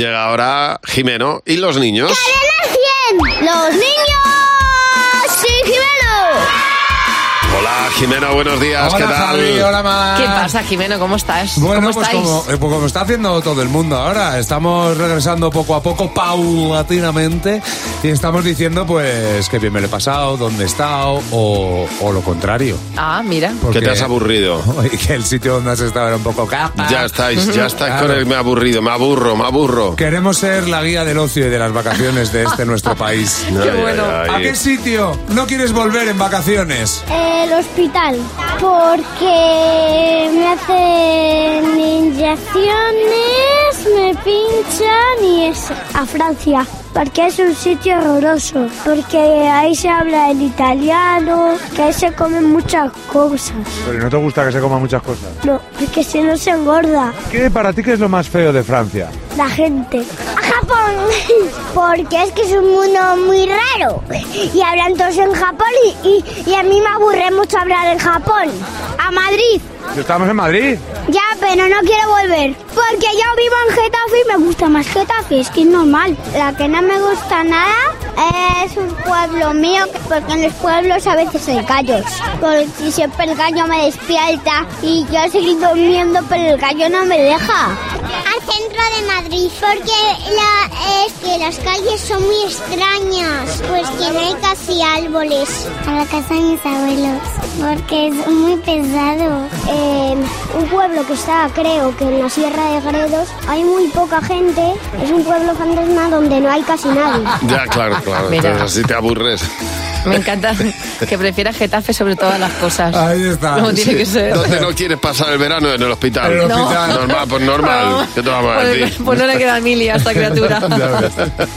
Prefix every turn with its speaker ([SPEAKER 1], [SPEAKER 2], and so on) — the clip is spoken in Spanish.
[SPEAKER 1] Llega ahora Jimeno y los niños.
[SPEAKER 2] ¡Los niños! ¡Sí,
[SPEAKER 1] Hola Jimeno, buenos días, ¿qué
[SPEAKER 3] Hola,
[SPEAKER 1] tal?
[SPEAKER 3] Javi, hola, Ma.
[SPEAKER 4] ¿Qué pasa, Jimeno? ¿Cómo estás?
[SPEAKER 3] Ah. Bueno,
[SPEAKER 4] ¿Cómo
[SPEAKER 3] pues
[SPEAKER 4] estáis?
[SPEAKER 3] como, eh, pues como está haciendo todo el mundo ahora, estamos regresando poco a poco, paulatinamente, y estamos diciendo pues qué bien me lo he pasado, dónde he estado, o, o lo contrario.
[SPEAKER 4] Ah, mira.
[SPEAKER 1] ¿Qué te has aburrido?
[SPEAKER 3] Y que el sitio donde has estado era un poco caca.
[SPEAKER 1] Ya estáis, ya estáis
[SPEAKER 3] Claro.
[SPEAKER 1] con el me aburrido, me aburro, me aburro.
[SPEAKER 3] Queremos ser la guía del ocio y de las vacaciones de este nuestro país.
[SPEAKER 1] Ay, ay,
[SPEAKER 4] bueno.
[SPEAKER 1] ay.
[SPEAKER 3] ¿A qué sitio no quieres volver en vacaciones?
[SPEAKER 2] El hospital. Porque me hacen inyecciones, me pinchan y es a Francia. Porque es un sitio horroroso. Porque ahí se habla el italiano, que ahí se comen muchas cosas.
[SPEAKER 5] Pero no te gusta que se coman muchas cosas.
[SPEAKER 2] No, porque si no se engorda.
[SPEAKER 5] ¿Qué para ti qué es lo más feo de Francia?
[SPEAKER 2] la gente. A Japón, porque es que es un mundo muy raro. Y hablan todos en Japón y, y- y a mí me aburre mucho hablar en Japón. A Madrid,
[SPEAKER 5] Estamos en Madrid.
[SPEAKER 2] ya, pero no quiero volver. Porque yo vivo en Getafe y me gusta más Getafe, es que es normal. La que no me gusta nada es un pueblo mío, porque en los pueblos a veces hay gallos. Porque siempre el gallo me despierta y yo seguí durmiendo, pero el gallo no me deja. Al centro de Madrid, porque es que las calles son muy extrañas, pues que no hay casi árboles. A la casa de mis abuelos, porque es muy pesado. Eh, un pueblo que está, creo que en la Sierra de Gredos, hay muy poca gente. Es un pueblo fantasma donde no hay casi nadie.
[SPEAKER 1] Ya, claro, claro.
[SPEAKER 4] Mira.
[SPEAKER 1] Entonces, así te aburres.
[SPEAKER 4] Me encanta que prefieras Getafe sobre todas las cosas.
[SPEAKER 3] Ahí está.
[SPEAKER 4] Como tiene
[SPEAKER 3] Sí.
[SPEAKER 4] que ser.
[SPEAKER 1] ¿Dónde no quieres pasar el verano? En el hospital.
[SPEAKER 3] En el No. hospital.
[SPEAKER 1] Normal, pues normal.
[SPEAKER 4] Vamos.
[SPEAKER 1] ¿Qué te vamos a
[SPEAKER 4] Pues-
[SPEAKER 1] decir?
[SPEAKER 4] Pues no le queda mil y a esta criatura.
[SPEAKER 3] Ya ves.